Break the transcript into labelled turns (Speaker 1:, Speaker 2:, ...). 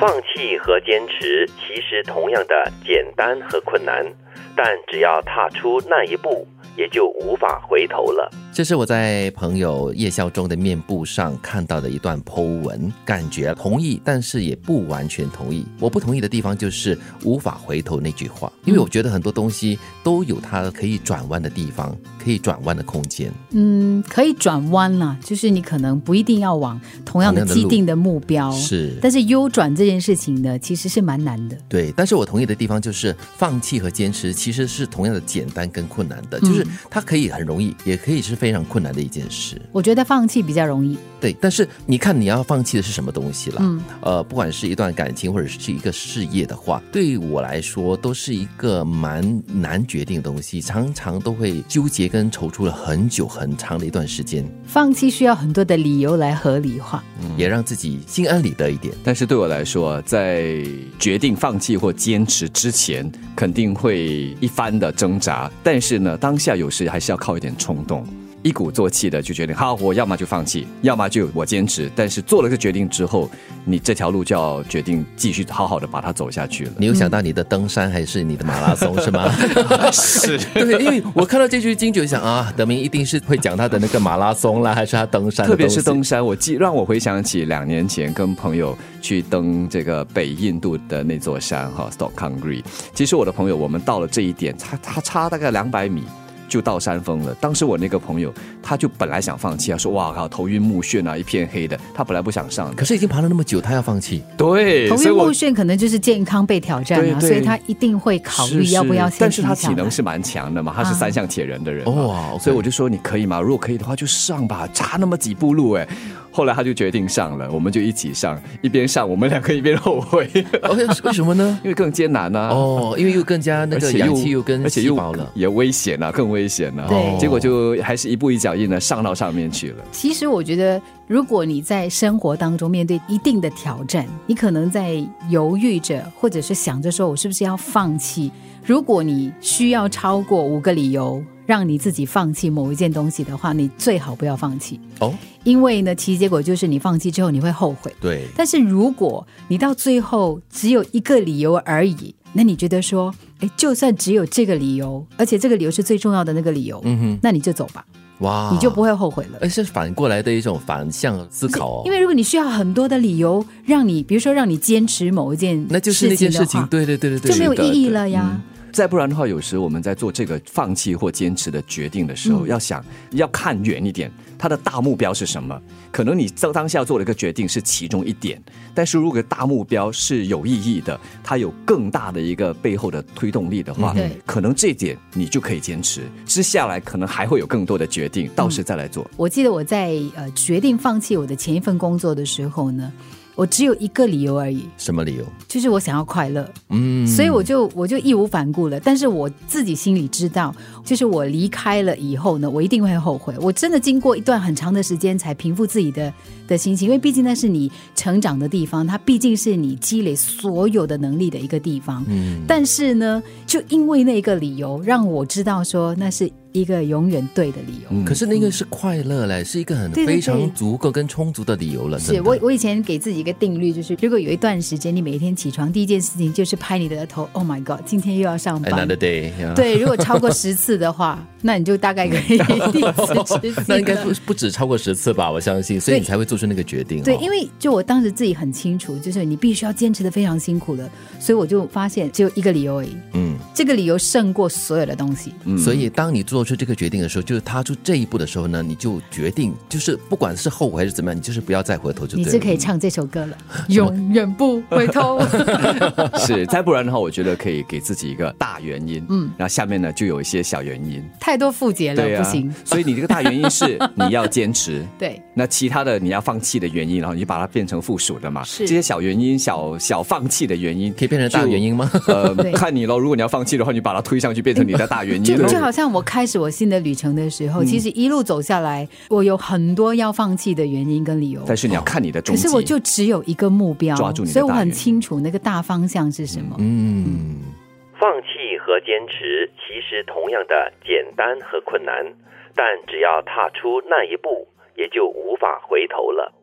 Speaker 1: 放弃和坚持其实同样的简单和困难，但只要踏出那一步，也就无法回头了。
Speaker 2: 这是我在朋友叶孝忠的面部上看到的一段 Po 文，感觉同意，但是也不完全同意。我不同意的地方就是无法回头那句话，因为我觉得很多东西都有它可以转弯的地方，可以转弯的空间。
Speaker 3: 嗯，可以转弯啦，就是你可能不一定要往同样的
Speaker 2: 同样的
Speaker 3: 既
Speaker 2: 路
Speaker 3: 定的目标，
Speaker 2: 是，
Speaker 3: 但是优转这件事情呢，其实是蛮难的。
Speaker 2: 对，但是我同意的地方就是放弃和坚持其实是同样的简单跟困难的，就是它可以很容易，也可以是非常困难的一件事。
Speaker 3: 我觉得放弃比较容易，
Speaker 2: 对，但是你看你要放弃的是什么东西啦？
Speaker 3: 嗯
Speaker 2: 呃，不管是一段感情或者是一个事业的话，对我来说都是一个蛮难决定的东西，常常都会纠结跟踌躇了很久很长的一段时间，
Speaker 3: 放弃需要很多的理由来合理化。
Speaker 4: 嗯
Speaker 2: 也让自己心安理得一点。
Speaker 4: 但是对我来说，在决定放弃或坚持之前，肯定会一番的挣扎。但是呢，当下有时还是要靠一点冲动，一鼓作气的就决定，好，我要么就放弃，要么就我坚持。但是做了这决定之后，你这条路就要决定继续好好的把它走下去了。
Speaker 2: 你有想到你的登山还是你的马拉松是 吗？
Speaker 4: 是。
Speaker 2: 对，因为我看到这句金句，想啊，德明一定是会讲他的那个马拉松啦，还是他登山的
Speaker 4: 特别
Speaker 2: 东西
Speaker 4: 是登山，我记让我回想起两年前跟朋友去登这个北印度的那座山哈 s t o c k c o n g r e 其实我的朋友，我们到了这一点，他他差大概两百米。就到山峰了。当时我那个朋友，他就本来想放弃啊，说哇靠，头晕目眩啊，一片黑的。他本来不想上
Speaker 2: 可
Speaker 4: 的，
Speaker 2: 是已经爬了那么久，他要放弃。
Speaker 4: 对，
Speaker 3: 头
Speaker 4: 所以
Speaker 3: 晕
Speaker 4: 我
Speaker 3: 目眩可能就是健康被挑战啊，
Speaker 4: 对对
Speaker 3: 所以他一定会考虑要不要
Speaker 4: 是是
Speaker 3: 先
Speaker 4: 但是
Speaker 3: 停
Speaker 4: 他
Speaker 3: 下啊
Speaker 4: 体
Speaker 3: 来
Speaker 4: 能。是蛮强的嘛，他是三项铁人的人
Speaker 2: 哦
Speaker 4: 嘛，
Speaker 2: ，OK
Speaker 4: 所以我就说你可以吗？如果可以的话就上吧，差那么几步路哎。后来他就决定上了，我们就一起上，一边上我们两个一边后悔，
Speaker 2: OK，为哦什么呢？
Speaker 4: 因为更艰难啊。
Speaker 2: 哦，因为又更加那
Speaker 4: 而
Speaker 2: 个
Speaker 4: 且又
Speaker 2: 氧气又跟
Speaker 4: 而且
Speaker 2: 细
Speaker 4: 又
Speaker 2: 胞了。
Speaker 4: 也危险啊，更危险了、
Speaker 3: 对
Speaker 4: 结果就还是一步一脚印的上到上面去了。
Speaker 3: 其实我觉得，如果你在生活当中面对一定的挑战，你可能在犹豫着，或者是想着说我是不是要放弃。如果你需要超过五个理由让你自己放弃某一件东西的话，你最好不要放弃，
Speaker 2: 哦，
Speaker 3: 因为呢，其结果就是你放弃之后你会后悔。
Speaker 2: 对，
Speaker 3: 但是如果你到最后只有一个理由而已，那你觉得说，哎，就算只有这个理由，而且这个理由是最重要的那个理由，
Speaker 2: 嗯哼，
Speaker 3: 那你就走吧，
Speaker 2: 哇，
Speaker 3: 你就不会后悔了。
Speaker 2: 而呃是反过来的一种反向思考哦。
Speaker 3: 因为如果你需要很多的理由让你，比如说让你坚持某一件，
Speaker 2: 那就是那件事情，
Speaker 3: 的话，
Speaker 2: 对对对对对，嗯
Speaker 3: 就没有
Speaker 4: 是的
Speaker 3: 意义了呀。
Speaker 4: 再不然的话，有时我们在做这个放弃或坚持的决定的时候，
Speaker 3: 嗯
Speaker 4: 要想要看远一点，它的大目标是什么？可能你当当下做了一个决定是其中一点，但是如果大目标是有意义的，它有更大的一个背后的推动力的话，
Speaker 3: 嗯对
Speaker 4: 可能这点你就可以坚持。之下来可能还会有更多的决定，到时再来做。
Speaker 3: 我记得我在呃决定放弃我的前一份工作的时候呢，我只有一个理由而已，
Speaker 2: 什么理由？
Speaker 3: 就是我想要快乐。
Speaker 2: 嗯，
Speaker 3: 所以我就我就义无反顾了。但是我自己心里知道，就是我离开了以后呢，我一定会后悔。我真的经过一段很长的时间才平复自己的的心情，因为毕竟那是你成长的地方，它毕竟是你积累所有的能力的一个地方。嗯，但是呢，就因为那个理由，让我知道说那是一个永远对的理由。
Speaker 2: 可是那个是快乐嘞，是一个很
Speaker 3: 对对
Speaker 2: 非常
Speaker 3: 对
Speaker 2: 足够跟充足的理由了。
Speaker 3: 是
Speaker 2: 真的
Speaker 3: 我我以前给自己一个定律，就是如果有一段时间你每天起床第一件事情就是拍你的额头，Oh my God，今天又要上班。
Speaker 2: another 啊 day，yeah。
Speaker 3: 对，如果超过十次的话， 那你就大概可以第四十 次。
Speaker 2: 那应该不不止超过十次吧，我相信，所以
Speaker 3: 对
Speaker 2: 你才会做出那个决定哦。
Speaker 3: 对，因为就我当时自己很清楚，就是你必须要坚持的非常辛苦了，所以我就发现只有一个理由而已，
Speaker 2: 嗯。
Speaker 3: 这个理由胜过所有的东西。
Speaker 2: 所以，当你做出这个决定的时候，就是踏出这一步的时候呢，你就决定，就是不管是后悔还是怎么样，你就是不要再回头就对
Speaker 3: 你
Speaker 2: 了。
Speaker 3: 是可以唱这首歌了，永远不 回头。
Speaker 4: 是，再不然的话，我觉得可以给自己一个大原因，嗯，然后下面呢就有一些小原因，
Speaker 3: 太多复结了，
Speaker 4: 对啊，
Speaker 3: 不行。
Speaker 4: 所以你这个大原因是你要坚持，
Speaker 3: 对，
Speaker 4: 那其他的你要放弃的原因，然后你就把它变成附属的嘛。
Speaker 3: 是
Speaker 4: 这些小原因、小小放弃的原因，
Speaker 2: 可以变成大原因吗？
Speaker 4: 就。呃
Speaker 3: 对，
Speaker 4: 看你咯，如果你要放弃的话，你把它推上去变成你的大原因
Speaker 3: 就
Speaker 4: 咯。
Speaker 3: 就好像我开始我新的旅程的时
Speaker 2: 嗯
Speaker 3: 候，其实一路走下来，我有很多要放弃的原因跟理由。
Speaker 4: 但是你要看你的终
Speaker 3: 可
Speaker 4: 极。
Speaker 3: 是我就只有一个目标，
Speaker 4: 抓住你的
Speaker 3: 所以我
Speaker 4: 大
Speaker 3: 很
Speaker 4: 原
Speaker 3: 清楚那个大方向是什么。
Speaker 2: 嗯，
Speaker 1: 放弃和坚持其实同样的简单和困难，但只要踏出那一步，也就无法回头了。